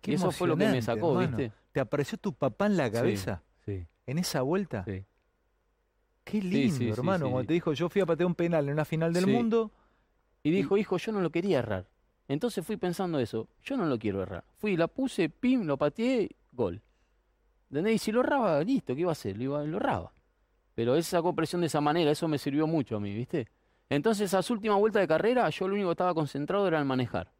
Qué y eso fue lo que me sacó, hermano. ¿viste? ¿Te apareció tu papá en la cabeza Sí, en esa vuelta? sí. Qué sí, lindo, sí, hermano. sí, cuando sí. te dijo, yo fui a patear un penal en una final del Sí. mundo. Y dijo, hijo, yo no lo quería errar. Entonces fui pensando eso, yo no lo quiero errar. Fui, la puse, pim, lo pateé, gol. ¿Entendés? Y si lo erraba, listo, ¿qué iba a hacer? Lo, iba, lo erraba. Pero él sacó presión de esa manera, eso me sirvió mucho a mí, ¿viste? Entonces, a su última vuelta de carrera, yo lo único que estaba concentrado era en manejar.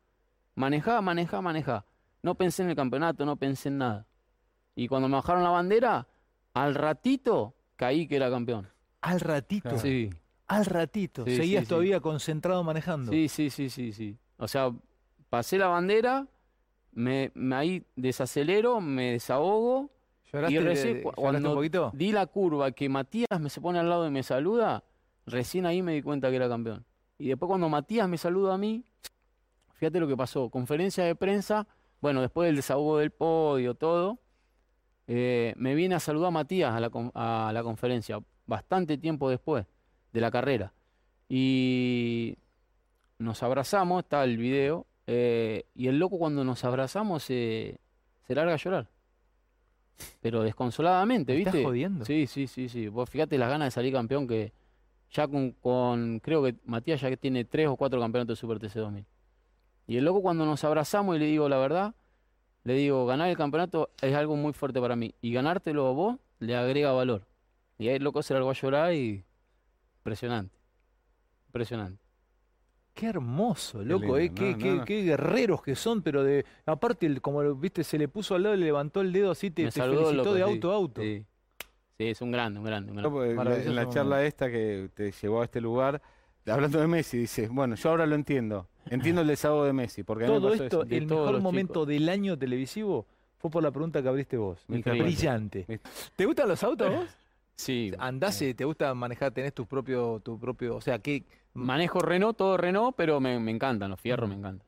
Manejá, manejá, manejá. No pensé en el campeonato, no pensé en nada. Y cuando me bajaron la bandera, al ratito caí que era campeón. Al ratito, Claro. Sí. al ratito. Sí, Seguías sí, sí. todavía concentrado manejando. Sí, sí, sí, sí, sí. O sea, pasé la bandera, me, me ahí desacelero, me desahogo, ¿Lloraste, Y recién eh, cu- lloraste cuando- un poquito? di la curva que Matías me se pone al lado y me saluda, recién ahí me di cuenta que era campeón. Y después cuando Matías me saluda a mí, fíjate lo que pasó, conferencia de prensa, bueno, después del desahogo del podio, todo, eh, me viene a saludar Matías a la, con- a la conferencia, bastante tiempo después de la carrera. Y nos abrazamos, está el video, eh, y el loco cuando nos abrazamos se, se larga a llorar. Pero desconsoladamente, ¿Me estás ¿viste? jodiendo? Sí, sí, sí, sí. Vos fíjate las ganas de salir campeón que ya con, con- creo que Matías ya que tiene tres o cuatro campeonatos de Super TC 2000. Y el loco cuando nos abrazamos y le digo la verdad, le digo, ganar el campeonato es algo muy fuerte para mí. Y ganártelo a vos le agrega valor. Y ahí el loco se largó a llorar y impresionante. Impresionante. Qué hermoso, Qué loco, eh, lindo, qué, no, qué- no, no. qué guerreros que son, pero de aparte, el- como lo viste, se le puso al lado, le levantó el dedo así, te, Me te saludó, felicitó loco, de sí, auto a auto. Sí. Sí, es un grande, un grande, un No, pues, grande. porque en la- en la maravilloso charla esta que te llevó a este lugar, hablando de Messi, dices, bueno, yo ahora lo entiendo. Entiendo el desahogo de Messi, porque a mí me Todo pasó esto, eso. de el todos mejor los momento chicos. del año televisivo fue por la pregunta que abriste vos. Me Increíble. Brillante. Me- ¿Te gustan los autos vos? Sí. Andás, y te gusta manejar, tenés tu propio, tu propio, o sea, qué Manejo Renault, todo Renault, pero me, me encantan, los fierros me encantan.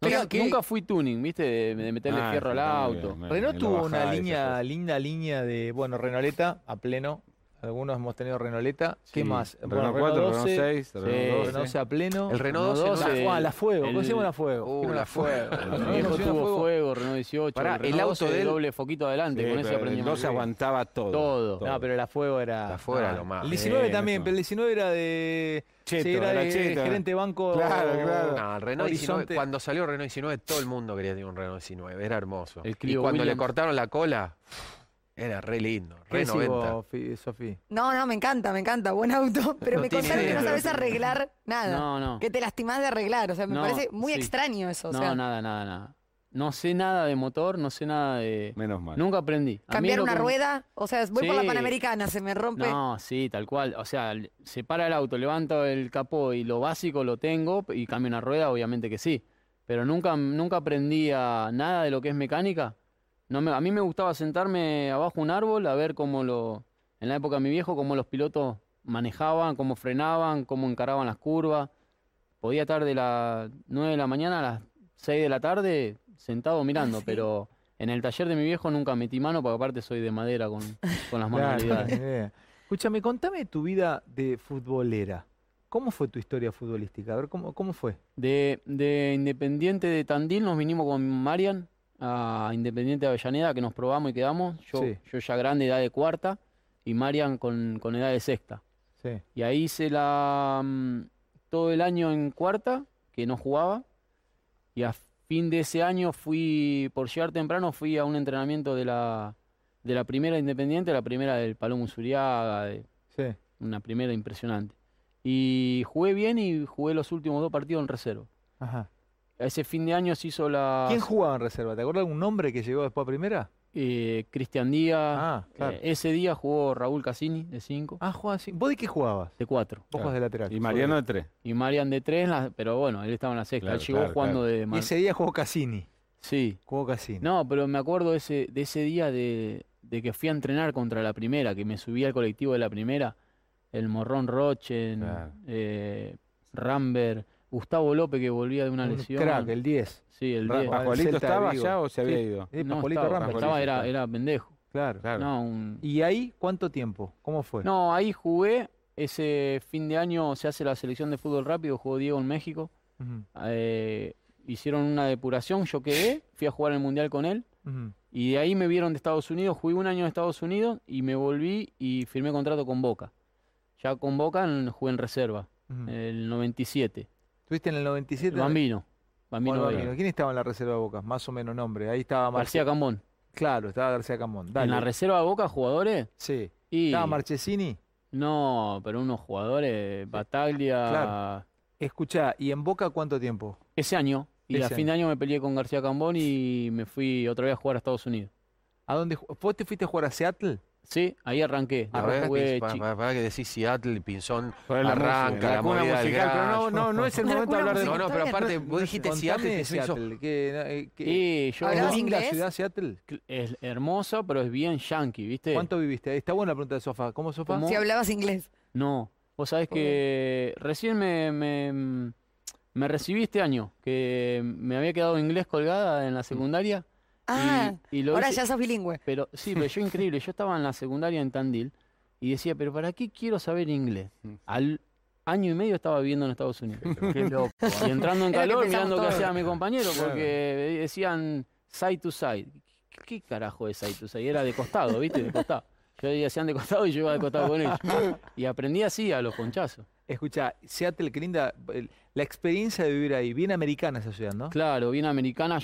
No Pero sé, que- nunca fui tuning, ¿viste? De, de meterle Ah, fierro al sí, está muy auto. bien, me- Renault me lo tuvo una bajás y esas línea, cosas. linda línea de, bueno, Renoleta a pleno. Algunos hemos tenido Renoleta. ¿Qué Sí. más? Renault bueno, 4, Renault 12, 6, Renault sí, 12. Renault a pleno. El Renault 12 Renault La- no- 12. ah, la fuego, eh, el- conocemos la fuego. Uh, Quiero la fuego. Renault Mi viejo 12 tuvo fuego. fuego. Renault 18, Pará, Renault el auto 12 de él- doble foquito adelante, Sí, con ese pero aprendí el más. 12 aguantaba todo. Todo. No, pero la fuego era. La fuego era no, lo más. El 19 Sí, también, no. pero el 19 era de. Cheto, sí, era era de cheto. gerente de banco. Claro, claro. No, el Renault 19, Horizonte. cuando salió Renault 19, todo el mundo quería tener un Renault 19, era hermoso. El y Clio cuando le Williams. cortaron la cola, era re lindo, ¿Qué re decís 90. vos, Fi- Sofi? No, no, me encanta, me encanta, buen auto, pero No me tiene contaron que no idea. sabes arreglar nada, No, no. que te lastimás de arreglar, o sea, me No, parece muy sí. extraño eso, o No, sea, nada, nada, nada. No sé nada de motor, no sé nada de. Menos mal. Nunca aprendí. A mí cambiar lo una que- rueda, o sea, voy por la Sí. Panamericana, se me rompe, No, sí, tal cual. O sea, le- se para el auto, levanto el capó y lo básico lo tengo y cambio una rueda, obviamente que sí. Pero nunca, nunca aprendí a nada de lo que es mecánica. No me- a mí me gustaba sentarme abajo de un árbol a ver cómo lo, en la época de mi viejo, cómo los pilotos manejaban, cómo frenaban, cómo encaraban las curvas. Podía estar de las 9 de la mañana a las 6 de la tarde sentado mirando, pero en el taller de mi viejo nunca metí mano, porque aparte soy de madera con, con las Claro, manualidades. ni idea. Escúchame, contame tu vida de futbolera. ¿Cómo fue tu historia futbolística? A ver, ¿cómo, cómo fue? De, de Independiente de Tandil nos vinimos con Marian a Independiente de Avellaneda, que nos probamos y quedamos. Yo, Sí. yo ya grande, edad de cuarta, y Marian con, con edad de sexta. Sí. Y ahí hice la, mm, todo el año en cuarta, que no jugaba. Y a fin de ese año fui, por llegar temprano, fui a un entrenamiento de la, de la primera Independiente, la primera del Palomo Usuriaga, de- Sí. una primera impresionante. Y jugué bien y jugué los últimos dos partidos en reserva. Ajá. A Ese fin de año se hizo la. ¿Quién jugaba en reserva? ¿Te acuerdas algún nombre que llegó después a primera? eh, Cristian Díaz. Ah, claro. Eh, ese día jugó Raúl Cassini de 5, Ah, jugaba así. ¿Vos de qué jugabas? de 4. Vos jugabas de lateral. Y Mariano de 3. Y Marian de 3, pero bueno, él estaba en la sexta. Claro, él llegó claro, jugando claro. de. Y mar- ese día jugó Cassini. Sí. Jugó Cassini. No, pero me acuerdo de ese, de ese día de, de que fui a entrenar contra la primera, que me subí al colectivo de la primera. El Morrón Rochen, Claro. eh, Rambert, Gustavo López que volvía de una Un lesión. crack, el 10. Sí, el Ra- diez. Rafa, ¿Pascualito Celta de estaba Vigo. ya o se había Sí. ido? Eh, No, Pascualito estaba, Rambert. estaba, era, estaba. era pendejo. Claro. Claro. No, un- ¿Y ahí cuánto tiempo? ¿Cómo fue? No, ahí jugué. Ese fin de año se hace la selección de fútbol rápido. Jugó Diego en México. Ujú. Eh, hicieron una depuración, yo quedé, fui a jugar el Mundial con él Ujú. y de ahí me vieron de Estados Unidos, jugué un año en Estados Unidos y me volví y firmé contrato con Boca. Ya con Boca en- jugué en reserva, Ujú. el 97. Estuviste en el 97. El Bambino, Bambino Bueno, Vega. Bambino. ¿Quién estaba en la reserva de Boca? Más o menos nombre. Ahí estaba García Marcelo. Cambón. Claro, estaba García Camón. Dale. En la reserva de Boca, jugadores. Sí. Y Estaba Marchesini. no, pero unos jugadores, Bataglia. Claro. Escuchá, ¿y en Boca cuánto tiempo? Ese año. Y Ese a fin de año me peleé con García Cambón y me fui otra vez a jugar a Estados Unidos. ¿A dónde ju- vos te fuiste a jugar a Seattle? Sí, ahí arranqué. A Después ver, jugué para, chi- que decís Seattle, Pinzón. Pero la Arranca, música, la la cuna movida del musical, pero no, garage. no, no es el La momento de cuna hablar de No, no, pero bien. aparte, No vos sé, dijiste contame Seattle, de te hizo- Seattle. que, no, eh, que- Y yo ¿Hablabas ¿Es linda la inglés? ciudad Seattle? es hermosa, pero es bien yankee, ¿viste? ¿Cuánto viviste? Ahí Está buena la pregunta de sofá. ¿Cómo sofá? ¿Cómo? Si hablabas inglés. No, vos sabés Muy bien. que recién me, me, me recibí este año, que me había quedado inglés colgada en la secundaria. y- Ah, y, lo ahora hice- ya sos bilingüe. Pero sí, pero yo increíble, yo estaba en la secundaria en Tandil y decía, pero ¿para qué quiero saber inglés? Mm. Al año y medio estaba viviendo en Estados Unidos. Qué loco. Y entrando en Era lo calor, que pensamos mirando qué todos. hacía mi compañero, Claro. porque decían side to side. ¿Qué- ¿Qué carajo es side to side? Era de costado, ¿viste? De costado. Yo decían de costado y yo iba de costado con ellos. Y aprendí así a los conchazos. Escucha, Seattle, qué linda. el- La experiencia de vivir ahí, bien americana esa ciudad, ¿no? Claro, bien americana,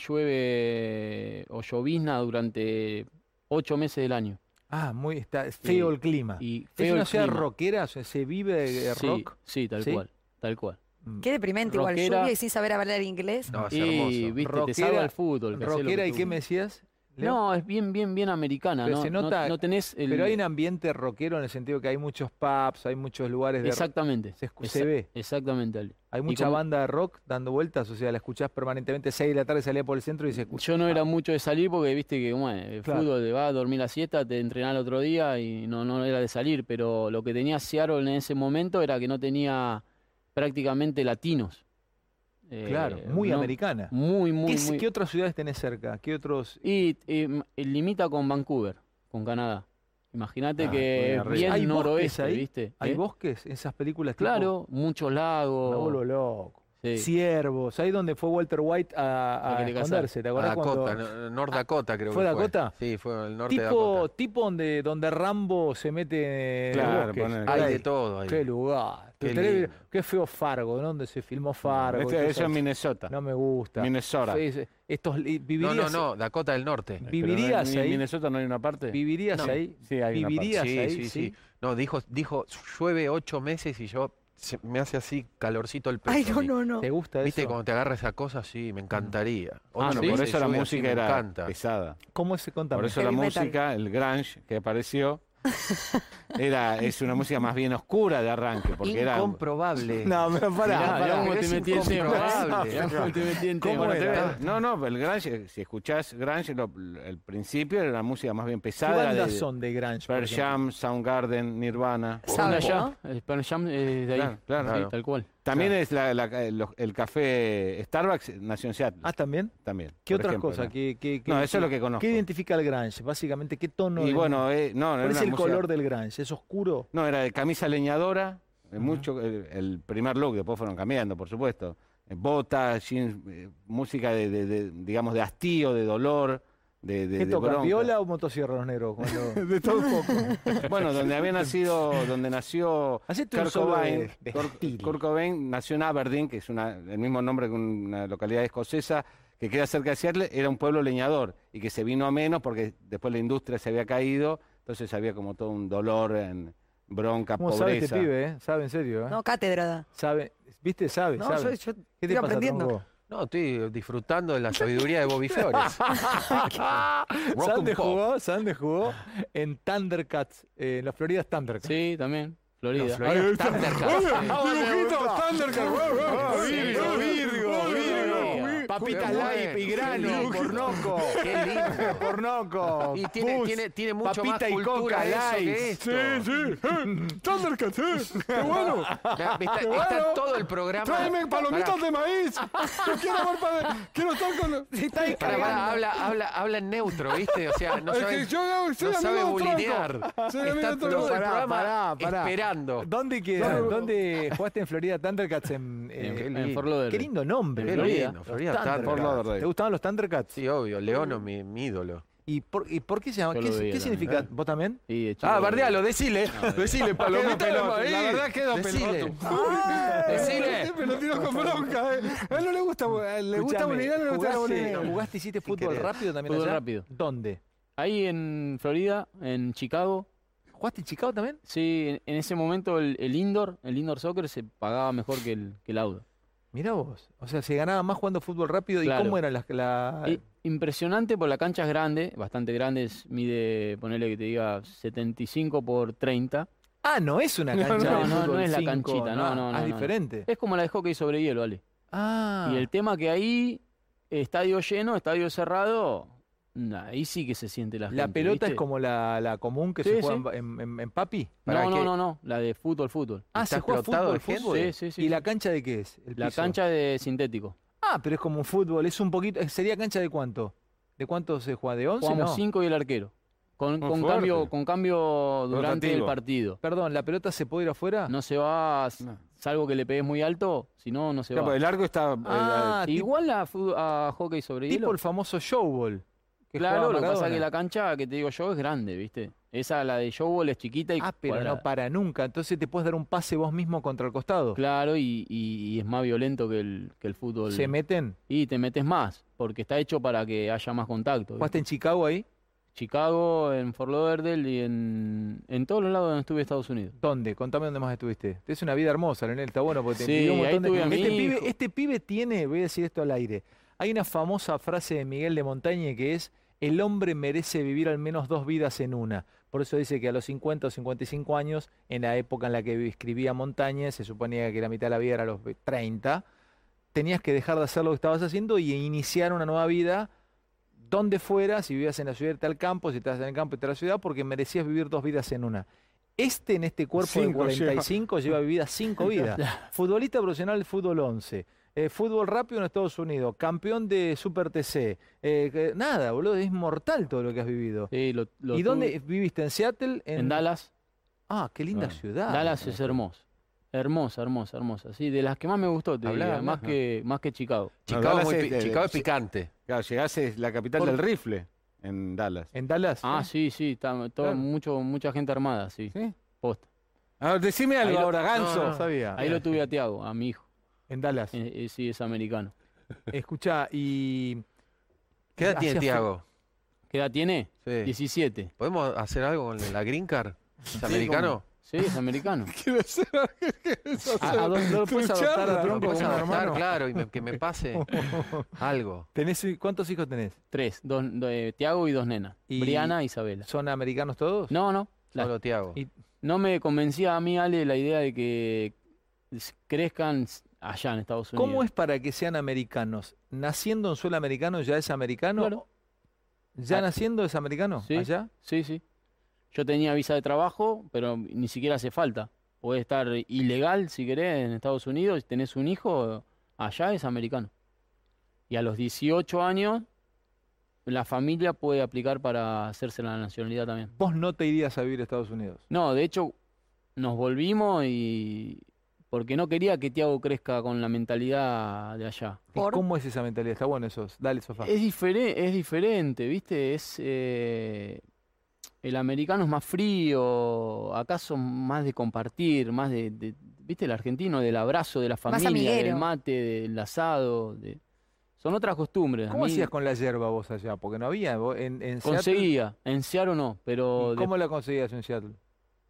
llueve o llovizna durante ocho meses del año. Ah, muy, está feo el clima. Y Ah. ¿Es feo una el ciudad clima. rockera? O sea, ¿Se vive eh, Sí, rock? Sí, tal ¿Sí? cual, tal cual. Mm. Qué deprimente igual, Rockera. lluvia y sin saber hablar inglés. No, es Y, hermoso. viste, te Rockera- salva el fútbol. que hacés lo que ¿Rockera te y qué gusta. me decías? Leo? No, es bien, bien, bien americana. Pero no, se No- nota- no tenés el... Pero hay un ambiente rockero en el sentido que hay muchos pubs, hay muchos lugares de rock. Exactamente. Se, escu- Exa- se ve. Exactamente, Ale. Hay mucha como- banda de rock dando vueltas, o sea, la escuchás permanentemente. 6 de la tarde salía por el centro y se escucha. Ah. Yo no era mucho de salir porque viste que bueno, el Claro. fútbol te va a dormir la siesta, te entrenás al otro día y no, no era de salir, pero lo que tenía Seattle en ese momento era que no tenía prácticamente latinos. Eh, Claro, muy no- americana. Muy, muy, ¿Qué, muy. qué otras ciudades tenés cerca? ¿Qué otros? Y eh, m- limita con Vancouver, con Canadá. Imagínate Ah, muy que es arriba. bien ¿Hay bosques noroeste, ahí? ¿viste? ¿Hay ¿Eh? bosques en esas películas? tipo- Claro, muchos Me vuelvo lagos. loco. sí. Ciervos, ahí donde fue Walter White a, A a que te casás. esconderse, ¿te A acordás cuando- Ah, Dakota, no- North Dakota creo ¿Fue que Dakota? Sí, fue el norte de Tipo, Dakota. tipo donde, donde Rambo se mete en Claro, los bosques. ponele. Hay Ahí. de todo ahí. Qué lugar. Qué Te tenés que- Qué, lindo. feo Fargo, ¿no? Donde se filmó Fargo. Este- y todas eso es esas- Minnesota. No me gusta. Minnesota. Fe- es- Estos, li- No, vivirías, no, no, Dakota del Norte. Pero no- vivirías ¿En ahí? Minnesota no hay una parte? ¿Vivirías No. ahí? Sí, hay una parte. ¿Vivirías Sí, ahí? sí, sí, No, dijo, dijo, llueve ocho meses y yo se- me hace así calorcito el pecho. Ay, a no, mí. no, no. ¿Te gusta ¿Viste eso? cuando te agarra esa cosa? Sí, me encantaría. Ah, Bueno, ¿sí? por eso la música Me era encanta. pesada. ¿Cómo se contaba? Por eso la Heavy metal. música, el grunge que apareció, era, es una música más bien oscura de arranque, porque era... Incomprobable. No, pero pará. Mirá, pará, mirá cómo pero te es metí en tema. incomprobable. Mirá cómo te metí en tema. Bueno, te- era? No, no, el grunge, si escuchás grunge, lo- el principio era la música más bien ¿Qué pesada. bandas de son de grunge? por Pearl ejemplo? Jam, Soundgarden, Nirvana. Pearl Sampo, Jam, ¿no? eh, Pearl Jam es de ahí. Claro, claro. Sí, Claro. tal cual. También es la- la- el, el café Starbucks, nació en Seattle, Ah, ¿también? también. ¿Qué por otras ejemplo, cosas? ¿no? ¿Qué, qué- qué- No, eso es lo que conozco. ¿Qué identifica el grunge? Básicamente, ¿qué tono? Y de- bueno, eh, no, no ¿Cuál era es una el música- color del grunge? ¿Es oscuro? No, era de camisa leñadora, eh, mucho el, el primer look, después fueron cambiando, por supuesto. Eh, Botas, jeans, eh, música de, de- de, digamos, de hastío, de dolor, de, de, ¿Qué de tocan? bronca. ¿Viola o motosierra los negros? Cuando... De todo un poco. bueno, donde había nacido, donde nació Hacete un Kurt solo de, Cobain, de Kurt- estilo. Kurt Cobain nació en Aberdeen, que es una, el mismo nombre que una localidad escocesa que queda cerca de Seattle, era un pueblo leñador y que se vino a menos porque después la industria se había caído, entonces había como todo un dolor, en bronca, ¿Cómo sabe pobreza. este pibe? eh? ¿Sabe en serio? eh? No, cátedra. da. ¿Sabe? ¿Viste? ¿Sabe? No, sabe. yo, yo ¿Qué estoy aprendiendo. tronco? No, estoy disfrutando de la sabiduría de Bobby Flores. Rock Sande and pop. Ah. jugó, Sande jugó en Thundercats, eh, en la Florida Thundercats. Sí, también. Florida. No, Florida es Thundercats. Ah, Virgo, Virgo, Virgo. Papitas Qué light, bueno. Pigrano, Pornoco, Qué lindo. Pornoco. Y tiene, Pus, tiene, tiene mucho más papita y cultura coca eso que light. esto. Thundercats, eh. ¡Qué bueno! Me- me está, está todo el programa. ¡Tráeme palomitas Pará, de maíz! ¡Yo quiero ver pa- ¡Quiero estar con... el- pará, pará, habla, habla, habla en neutro, ¿viste? O sea, no el sabe, que yo soy no amigo sabe de Tronco. bulinear. Soy amigo Está de Tronco. todo el Pará, programa pará, pará. esperando. ¿Dónde, queda- No, no, no. ¿Dónde jugaste en Florida Thundercats? En, eh, En, qué en lindo. Fort Lauderdale. qué lindo nombre. Qué ¿no? Florida. lindo, Florida Thundercats. Por Lauderdale. ¿Te gustaban los Thundercats? Sí, obvio. Leono, mi, mi ídolo. ¿Y, por, ¿Y por qué se llama? Yo ¿Qué, lo qué veía también. significa? ¿Eh? ¿Vos también? Y, chico, Ah, bardealo, decile. Decile, palomita. Quedo nomás, pelotudo, la eh. verdad quedo Decile. Ah. pelotudo. Decile. Pero tiro con bronca, eh. A él no le gusta, eh, le gusta Escuchame, Bolivia, no le gusta la ¿Jugaste, Bolivia. jugaste, hiciste Sin fútbol querer. rápido también Fútbol allá? rápido. ¿Dónde? Ahí en Florida, en Chicago, ¿Jugaste en Chicago también? sí, en, en ese momento el, el indoor, el indoor soccer se pagaba mejor que el, que el outdoor. Mirá vos. O sea, se ganaba más jugando fútbol rápido. ¿Y Claro. cómo eran las... La... I- Eh, impresionante, por la cancha es grande, bastante grande, es- mide, ponele que te diga 75 por 30. Ah, no es una No, cancha no, de no, fútbol no es la cinco, canchita, no, Ah, no, no, Es no. diferente. Es como la de hockey sobre hielo, Ale. Ah. Y el tema que ahí, estadio lleno, estadio cerrado, nah, ahí sí que se siente la gente. La pelota ¿viste? es como la, la común que Sí, se juega sí. en, en- en papi. ¿Para No, qué? no, no, no, la de fútbol, fútbol. Ah, ¿Está se juega explotado fútbol, de gente? fútbol. Sí, sí, sí, E. ¿Y la sí. cancha de qué es? El La piso. cancha de sintético. Ah, pero es como un fútbol, es un poquito. eh, ¿Sería cancha de cuánto? ¿De cuánto se juega? ¿De 11? Jugamos No. 5 y el arquero. Con, Muy con fuerte. cambio, con cambio durante el Rotativo. partido. Perdón, ¿la pelota se puede ir afuera? No se va, No. salvo que le pegues muy alto, si no, no se Claro, va. porque el largo está. eh, Ah, Ah, Igual a, fu- a hockey sobre tipo hielo. el famoso showball. que Claro, jugaba lo que pasa es que Maradona. la cancha que te digo yo es grande, ¿viste? Esa, la de showball, es chiquita y Ah, pero cuadrada. no para nunca. Entonces te puedes dar un pase vos mismo contra el costado. Claro, y, y- y es más violento que el, que el fútbol. Se meten. y te metes más, porque está hecho para que haya más contacto. ¿viste? ¿Jugaste en Chicago ahí? Chicago, en Fort Lauderdale y en, en todos los lados donde estuve en Estados Unidos. ¿Dónde? Contame dónde más estuviste. Es una vida hermosa, Leonel, está bueno porque te Sí, envidió un ahí montón de- tuve a mi este, hijo. pibe, este pibe tiene, voy a decir esto al aire, hay una famosa frase de Miguel de Montañe que es, el hombre merece vivir al menos dos vidas en una. Por eso dice que a los 50 o 55 años, en la época en la que escribía Montañe, se suponía que la mitad de la vida era a los 30, tenías que dejar de hacer lo que estabas haciendo y iniciar una nueva vida donde fuera, si vivías en la ciudad, irte al campo, si estás en el campo, irte a la ciudad, porque merecías vivir dos vidas en una. Este en este cuerpo de Cinco lleva. 45 lleva, vividas cinco vidas. Futbolista profesional fútbol 11. eh, fútbol rápido en Estados Unidos, campeón de Super TC. eh, que- nada, boludo, es mortal todo lo que has vivido. Sí, lo- lo ¿Y tuve dónde viviste? ¿En Seattle? En, Dallas. Ah, qué linda Ah, ciudad. Dallas es hermoso. Hermosa, hermosa, hermosa. Sí, de las que más me gustó, te Hablá, diría, hablá. más que, más que Chicago. Chicago, es Dallas muy es pi- de- Chicago es sí. picante. Claro, llegás es la capital Por- del rifle en Dallas. ¿En Dallas? ¿Eh? Ah, sí, sí, está, todo, Claro. mucho, mucha gente armada, sí. ¿Sí? Posta. A ver, decime algo Ahí lo- ahora, Ganso. No, no sabía. Ahí lo tuve a Tiago, a mi hijo. En Dallas. Eh, eh, sí, es americano. Escucha, y. ¿Qué edad Hacía tiene frío. Tiago? ¿Qué edad tiene? Sí. 17. ¿Podemos hacer algo con la green card? ¿Es americano? Sí, es americano. Quiero hacer- quiero hacer- ¿A, a dónde- no lo Tu puedes adoptar charla, a ¿Me tronco puedes como un adoptar? hermano? Claro, y me- que me pase algo. ¿Tenés, ¿Cuántos hijos tenés? Tres, dos, do- eh, Tiago y dos nenas. Y- Briana e Isabela. ¿Son americanos todos? No, no. la- Solo Tiago. Y- no me convencía a mí, Ale, la idea de que s- crezcan s- allá en Estados Unidos. ¿Cómo es para que sean americanos? ¿Naciendo en suelo americano ya es americano? Claro. ¿Ya Ah, naciendo es americano? sí. ¿Allá? Sí, sí. Yo tenía visa de trabajo, pero ni siquiera hace falta. Podés estar ilegal, si querés, en Estados Unidos. Si tenés un hijo, allá es americano. Y a los 18 años, la familia puede aplicar para hacerse la nacionalidad también. Vos no te irías a vivir a Estados Unidos. No, de hecho, nos volvimos y. Porque no quería que Tiago crezca con la mentalidad de allá. ¿Y ¿Por? ¿Cómo es esa mentalidad? Está bueno eso. Dale, sofá. Es diferente, es diferente, ¿viste? Es. eh, El americano es más frío, acaso más de compartir, más de, de- ¿Viste? El argentino, del abrazo de la familia, del amiguero. mate, del asado. de- Son otras costumbres. a ¿Cómo mí hacías con la yerba vos allá? Porque no había. vos En, en Seattle- Conseguía, en Seattle no, pero. ¿Y de- ¿Cómo la conseguías en Seattle?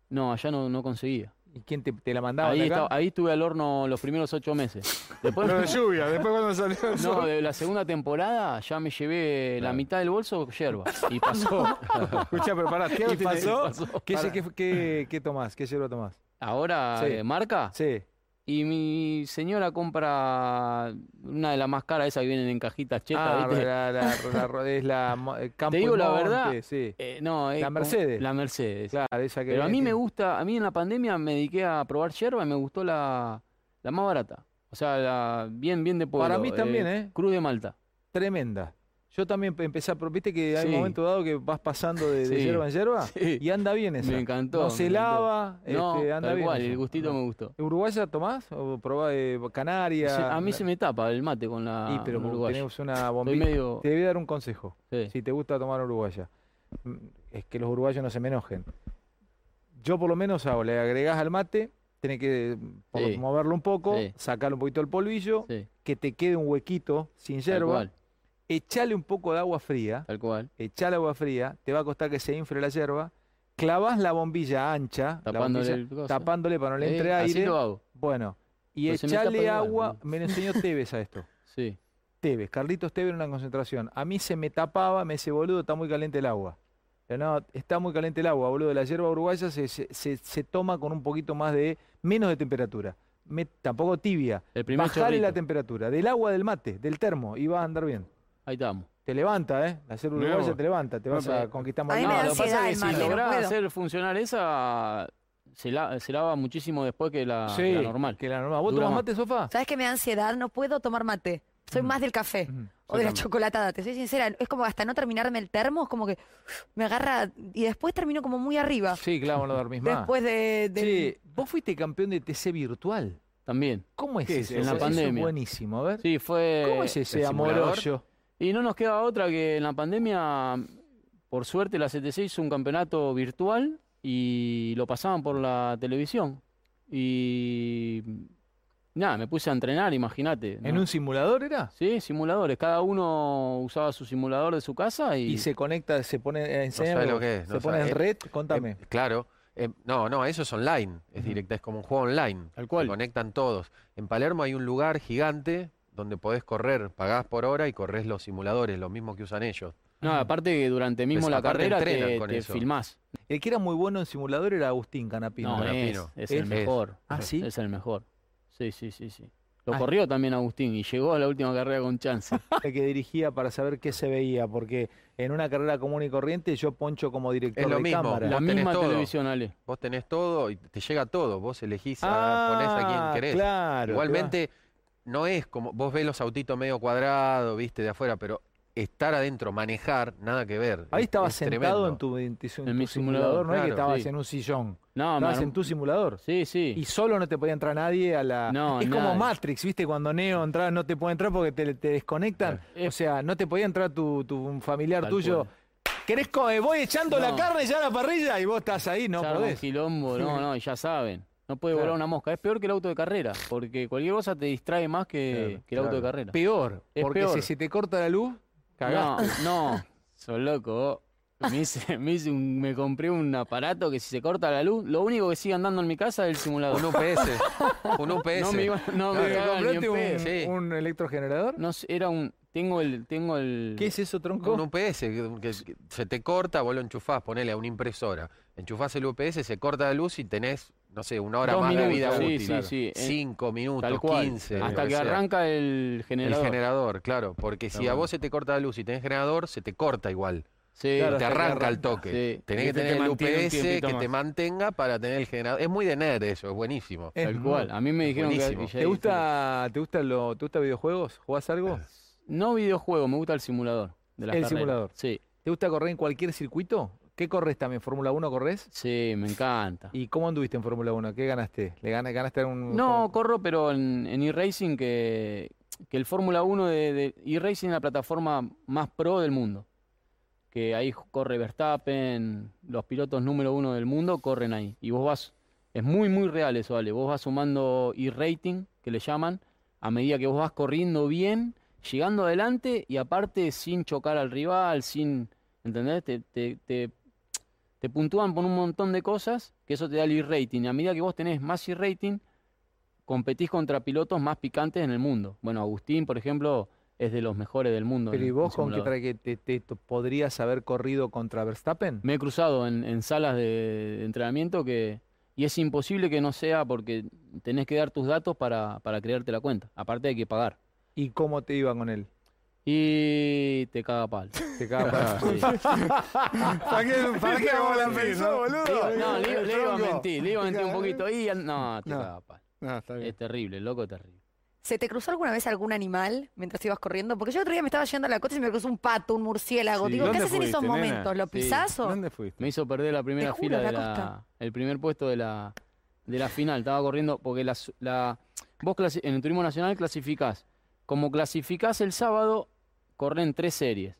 No, allá no, no conseguía. ¿Y quién te, te la mandaba? Ahí, de acá? estaba- ahí estuve al horno los primeros ocho meses. Después Lo de lluvia, después cuando salió el No, sol. de la segunda temporada ya me llevé la Claro. mitad del bolso yerba. Y pasó. Escucha, pero pará, Tiago ¿Y tiene- pasó? pasó. ¿Qué, se- qué, qué- qué tomás? ¿Qué yerba tomás? Ahora, Sí. eh, marca. Sí. Y mi señora compra una de las más caras, esas que vienen en cajitas chetas, Ah, ¿viste? la, la- la- la- es la mo- eh, Campo y digo la Monte, verdad, Sí, Eh, no, es La como- Mercedes. La Mercedes. claro, esa que Pero a viene, mí me tiene- gusta, a mí en la pandemia me dediqué a probar yerba y me gustó la, la más barata. O sea, la bien, bien de pueblo. Para mí también, ¿eh? Cruz de Malta. Tremenda. Yo también pe- empecé a... pro- Viste que hay un Sí. momento dado que vas pasando de, de Sí. hierba en hierba Sí. y anda bien esa. Me encantó. No se me encantó. lava, No, este, anda tal bien. cual, esa. el gustito No. me gustó. ¿Uruguaya tomás? ¿O probás eh, Canarias? Se- a mí Na- se me tapa el mate con la Y pero con como uruguaya. tenemos una Estoy bombita. medio. Te voy a dar un consejo. sí. Si te gusta tomar uruguaya. Mm, Es que los uruguayos no se me enojen. Yo por lo menos hago, le agregás al mate, tenés que eh, por- Sí. moverlo un poco, Sí. sacarle un poquito el polvillo, Sí, que te quede un huequito sin tal yerba, cual, echale un poco de agua fría, tal cual. echale agua fría, te va a costar que se infle la yerba, clavas la bombilla ancha, la Tapándole bombilla- el coso. tapándole para no le Sí, entre Así aire, lo hago. bueno, y Pero se me tapa echale igual, agua, boludo. me lo enseñó Tevez a esto. Sí. Tevez, Carlitos Tevez en una concentración. A mí se me tapaba, me dice, boludo, está muy caliente el agua. Pero no, está muy caliente el agua, boludo. La hierba uruguaya se, se- se- se toma con un poquito más de, menos de temperatura. Me- tampoco tibia. El primer Bajale la chorrito. temperatura. Del agua del mate, del termo, y vas a andar bien. Ahí estamos. Te levanta, ¿eh? La hierba Mirá uruguaya vos. te levanta, te No, vas a pero- conquistar A mí más me No, da lo que pasa es ansiedad el que mate, si no lográs puedo. hacer funcional esa, se, la- se lava muchísimo después que la, Sí, la normal. que la normal. ¿Vos Dura tomás más. mate, sofá? ¿Sabes que me da ansiedad? No puedo tomar mate. Soy Mm. más del café Ujú. o de la también. chocolatada, te soy sincera. Es como hasta no terminarme el termo, es como que me agarra y después termino como muy arriba. Sí, claro, no dormís más. Después de, del- Che, vos fuiste campeón de TC virtual. También. ¿Cómo es ¿Qué es eso? eso? En la Eso es pandemia. buenísimo, a ver. Sí, fue. ¿Cómo es ese el simulador? amorollo? Y no nos queda otra que en la pandemia, por suerte, la CTC hizo un campeonato virtual y lo pasaban por la televisión. Y nada, me puse a entrenar, imagínate. ¿En ¿no? un simulador era? Sí, simuladores. Cada uno usaba su simulador de su casa y, Y se conecta, se pone eh, enséñame sabe lo vos. que es, no se pone sabe. en Eh, red, contame. Eh, claro. Eh, no, no, eso es online. Es Ujú. directa, es como un juego online. Tal se cual. conectan todos. En Palermo hay un lugar gigante donde podés correr, pagás por hora y corres los simuladores, lo mismo que usan ellos. No, aparte que durante mismo Pues, la aparte carrera entrenan te, con te eso. filmás. El que era muy bueno en simulador era Agustín Canapino. No, para es, Pino. es el eh, Es- mejor. Ah, sí. Es el mejor. Sí, sí, sí, sí. Lo Ah. corrió también Agustín y llegó a la última carrera con chance. El que dirigía para saber qué se veía, porque en una carrera común y corriente yo poncho como director Es lo de mismo, cámara. la Vos tenés misma todo. televisión, Ale. Vos tenés todo y te llega todo. Vos elegís, a, ponés a Ah, quien querés. Claro. Igualmente, no es como. Vos ves los autitos medio cuadrados, viste, de afuera, pero estar adentro, manejar, nada que ver. Ahí Es- estabas es sentado tremendo. en tu, en tu- en mi tu simulador, Ah, simulador, no es que claro, estabas sí. en un sillón. No, me Estabas en armó- tu simulador. Sí, sí. Y solo no te podía entrar nadie a la. No, es como nada. Matrix, ¿viste? Cuando Neo entraba, no te puede entrar porque te, te desconectan. Eh, O sea, no te podía entrar tu, tu- un familiar Tal tuyo. cual. ¿Querés co- eh, Voy echando la No. carne ya a la parrilla y vos estás ahí, no se arma un podés. quilombo, no, no, y ya saben. No puede Claro. volar una mosca. Es peor que el auto de carrera, porque cualquier cosa te distrae más que, Claro, que el auto de claro. carrera. Peor, Es porque peor. si se te corta la luz, cagás. No, no, sos loco. vos. Me, hice- me, hice un- me compré un aparato que si se corta la luz, lo único que sigue andando en mi casa es el simulador. Un UPS. un UPS. No me iba- no me Claro. ¿Te cagaban ni en compraste pedo. un, Sí. un electrogenerador? No sé, era un. Tengo el. Tengo el. ¿Qué es eso, tronco? Con un UPS, que, que- que se te corta, vos lo enchufás, ponele a una impresora. Enchufás el UPS, se corta la luz y tenés, no sé, una hora Dos más minutos, de vida sí, útil. sí, sí, eh, Cinco minutos, Tal cual. 15. lo hasta que sea. arranca el El generador. generador, claro, porque si a bueno. vos se te corta la luz y tenés generador, se te corta igual. Sí, Claro, te hasta que arranca el arranca. toque. Sí. Tenés Y que este te tener el mantiene un UPS que tiempito te más. mantenga para tener el generador. Es muy de nerd eso, es buenísimo. Es tal muy- cual. A mí me dijeron que- buenísimo. que. ya ¿Te hay- Eh, gusta, te gusta lo, te gusta videojuegos? ¿Jugás algo? No videojuego, me gusta el simulador. De las El carreras. simulador. Sí, ¿Te gusta correr en cualquier circuito? ¿Qué corres también? ¿Fórmula 1 corres? sí, me encanta. ¿Y cómo anduviste en Fórmula 1? ¿Qué ganaste? ¿Le gana- ganaste a un.? No, corro, pero en, en eRacing que, que el Fórmula 1 de, de eRacing es la plataforma más pro del mundo. Que ahí ju- corre Verstappen, los pilotos número uno del mundo corren ahí. Y vos vas, es muy, muy real eso, Ale. Vos vas sumando e-rating, que le llaman, a medida que vos vas corriendo bien, llegando adelante y aparte sin chocar al rival, sin, ¿entendés? Te, te- te- te puntúan por un montón de cosas, que eso te da el e-rating. Y a medida que vos tenés más e-rating, competís contra pilotos más picantes en el mundo. Bueno, Agustín, por ejemplo, es de los mejores del mundo. Pero en- ¿y en vos con qué simulador. traje te, te- te podrías haber corrido contra Verstappen? Me he cruzado en, en salas de entrenamiento que y es imposible que no sea porque tenés que dar tus datos para, para crearte la cuenta. Aparte hay que pagar. ¿Y cómo te iba con él? Y te caga pal. Te caga para- Sí. ¿Para qué, para qué vamos a decir, no? Le iba- no, le, le iba a Tronco. mentir, le iba a mentir un poquito. Y, no, te No. caga pal. No, está bien. Es terrible, loco, terrible. ¿Se te cruzó alguna vez algún animal mientras ibas corriendo? Porque yo el otro día me estaba yendo a la coche y se me cruzó un pato, un murciélago. Sí. Digo, ¿qué ¿Dónde haces en esos fuiste, nena? momentos? ¿Lo Sí. pisás o? ¿Dónde fuiste? Me hizo perder la primera juro, fila la de la, costa. el primer puesto de la, de la final. Estaba corriendo porque la, su- la- vos clasi- en el turismo nacional clasificás. Como clasificás el sábado, corren tres series.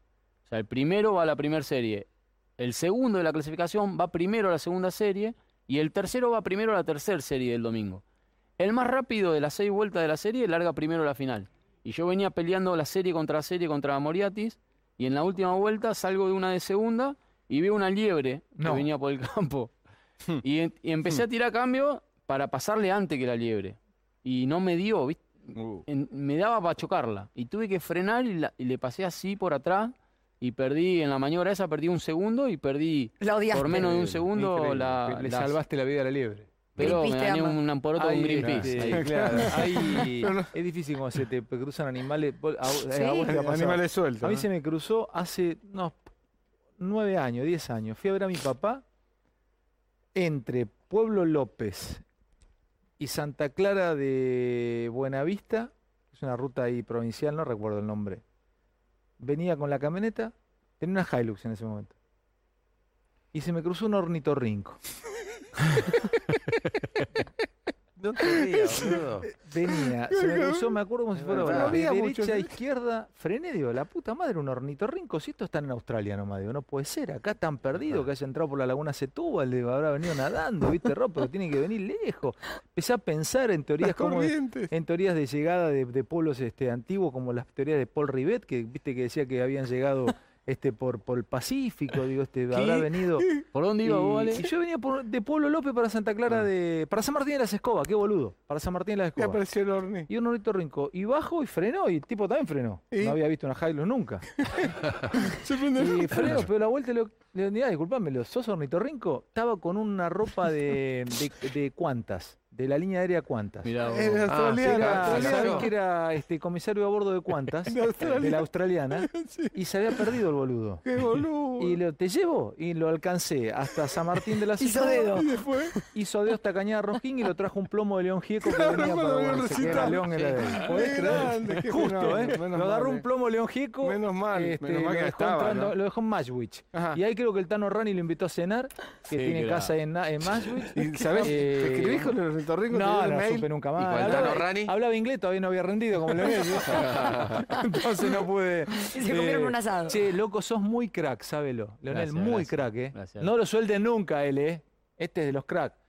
O sea, el primero va a la primera serie, el segundo de la clasificación va primero a la segunda serie y el tercero va primero a la tercera serie del domingo. El más rápido de las seis vueltas de la serie larga primero la final. Y yo venía peleando la serie contra serie contra Moriatis y en la última vuelta salgo de una de segunda y veo una liebre No. que venía por el campo. y, en- y empecé a tirar cambio para pasarle antes que la liebre. Y no me dio, ¿viste? Uh, en- me daba para chocarla. Y tuve que frenar y, la- y le pasé así por atrás. Y perdí, en la maniobra esa perdí un segundo y perdí La odiaste. por menos de un segundo Increíble. la, Le la- salvaste la vida a la liebre. Pero me Greenpeace te gané ama. un poroto de un Ahí, Greenpeace. este, ahí. claro, ahí- es difícil cuando se te cruzan animales. vos- A, vos- eh, a vos te ha pasado. Animales sueltos. A mí ¿no? se me cruzó hace unos nueve años, diez años. Fui a ver a mi papá entre Pueblo López y Santa Clara de Buenavista. Es una ruta ahí provincial, no recuerdo el nombre. Venía con la camioneta, tenía una Hilux en ese momento. Y se me cruzó un ornitorrinco. No te rías, boludo. Venía, se me cruzó, me acuerdo como si fuera No ahora, de había mucho, derecha a ¿no? izquierda, frené, digo, la puta madre, un ornitorrinco, si esto está en Australia nomás, digo, no puede ser, acá tan perdido que haya entrado por la laguna Setúbal, digo, habrá venido nadando, viste, Rob, pero tiene que venir lejos. Empecé a pensar en teorías como de- corrientes. en teorías de llegada de, de pueblos este, antiguos, como las teorías de Paul Rivet, que viste que decía que habían llegado este por, por el Pacífico, digo, este, habrá venido. ¿Por dónde Y, iba vos, Ale? y yo venía por- de Pueblo López para Santa Clara de. Para San Martín de las Escobas, qué boludo. Para San Martín de las Y Escobas. apareció el horni. Y un ornitorrinco. Y bajo y frenó. Y el tipo también frenó. ¿Y? No había visto una Hilux nunca. y frenó, pero la vuelta le le digo, "Ah, disculpame, ¿lo ¿sos ornitorrinco? Estaba con una ropa de, de, de cuantas. De la línea aérea cuantas. Mirá vos. Era Ah, Era- australiana, australiano. sabés australiana. que era este, comisario a bordo de cuantas, de la australiana, y se había perdido el boludo. Qué boludo. Y lo, te llevo y lo alcancé hasta San Martín de la Hizo Escobas, dedo. Y después, hizo dedo hasta Cañada Rosquín y lo trajo un plomo de León Gieco que Claro, venía cuando para vino Buenos Aires, que era recital. León era de él. ¿Podés Qué creer? grande, qué Justo, fenómeno, ¿eh? menos Lo agarró mal, un eh. plomo León Gieco. menos mal, este, menos mal lo que dejó estaba, entrando- ¿no? Lo dejó en Mashwich. Ajá. Y ahí creo que el Tano Rani lo invitó a cenar, que Sí, tiene claro. casa en, en Mashwich. ¿Y sabés? Eh, ¿Te escribís con el ornitorrinco? ¿Te No, dio el no mail? supe nunca ¿Y más. con el Hablaba- Tano Rani? Hablaba inglés, todavía no había rendido como lo ves. Entonces no pude. Y se comieron un asado. Che, loco, sos muy crack, sábelo. Leonel, Gracias, muy gracias. crack, ¿eh? Gracias. No lo sueltes nunca, él, ¿eh? Este es de los crack.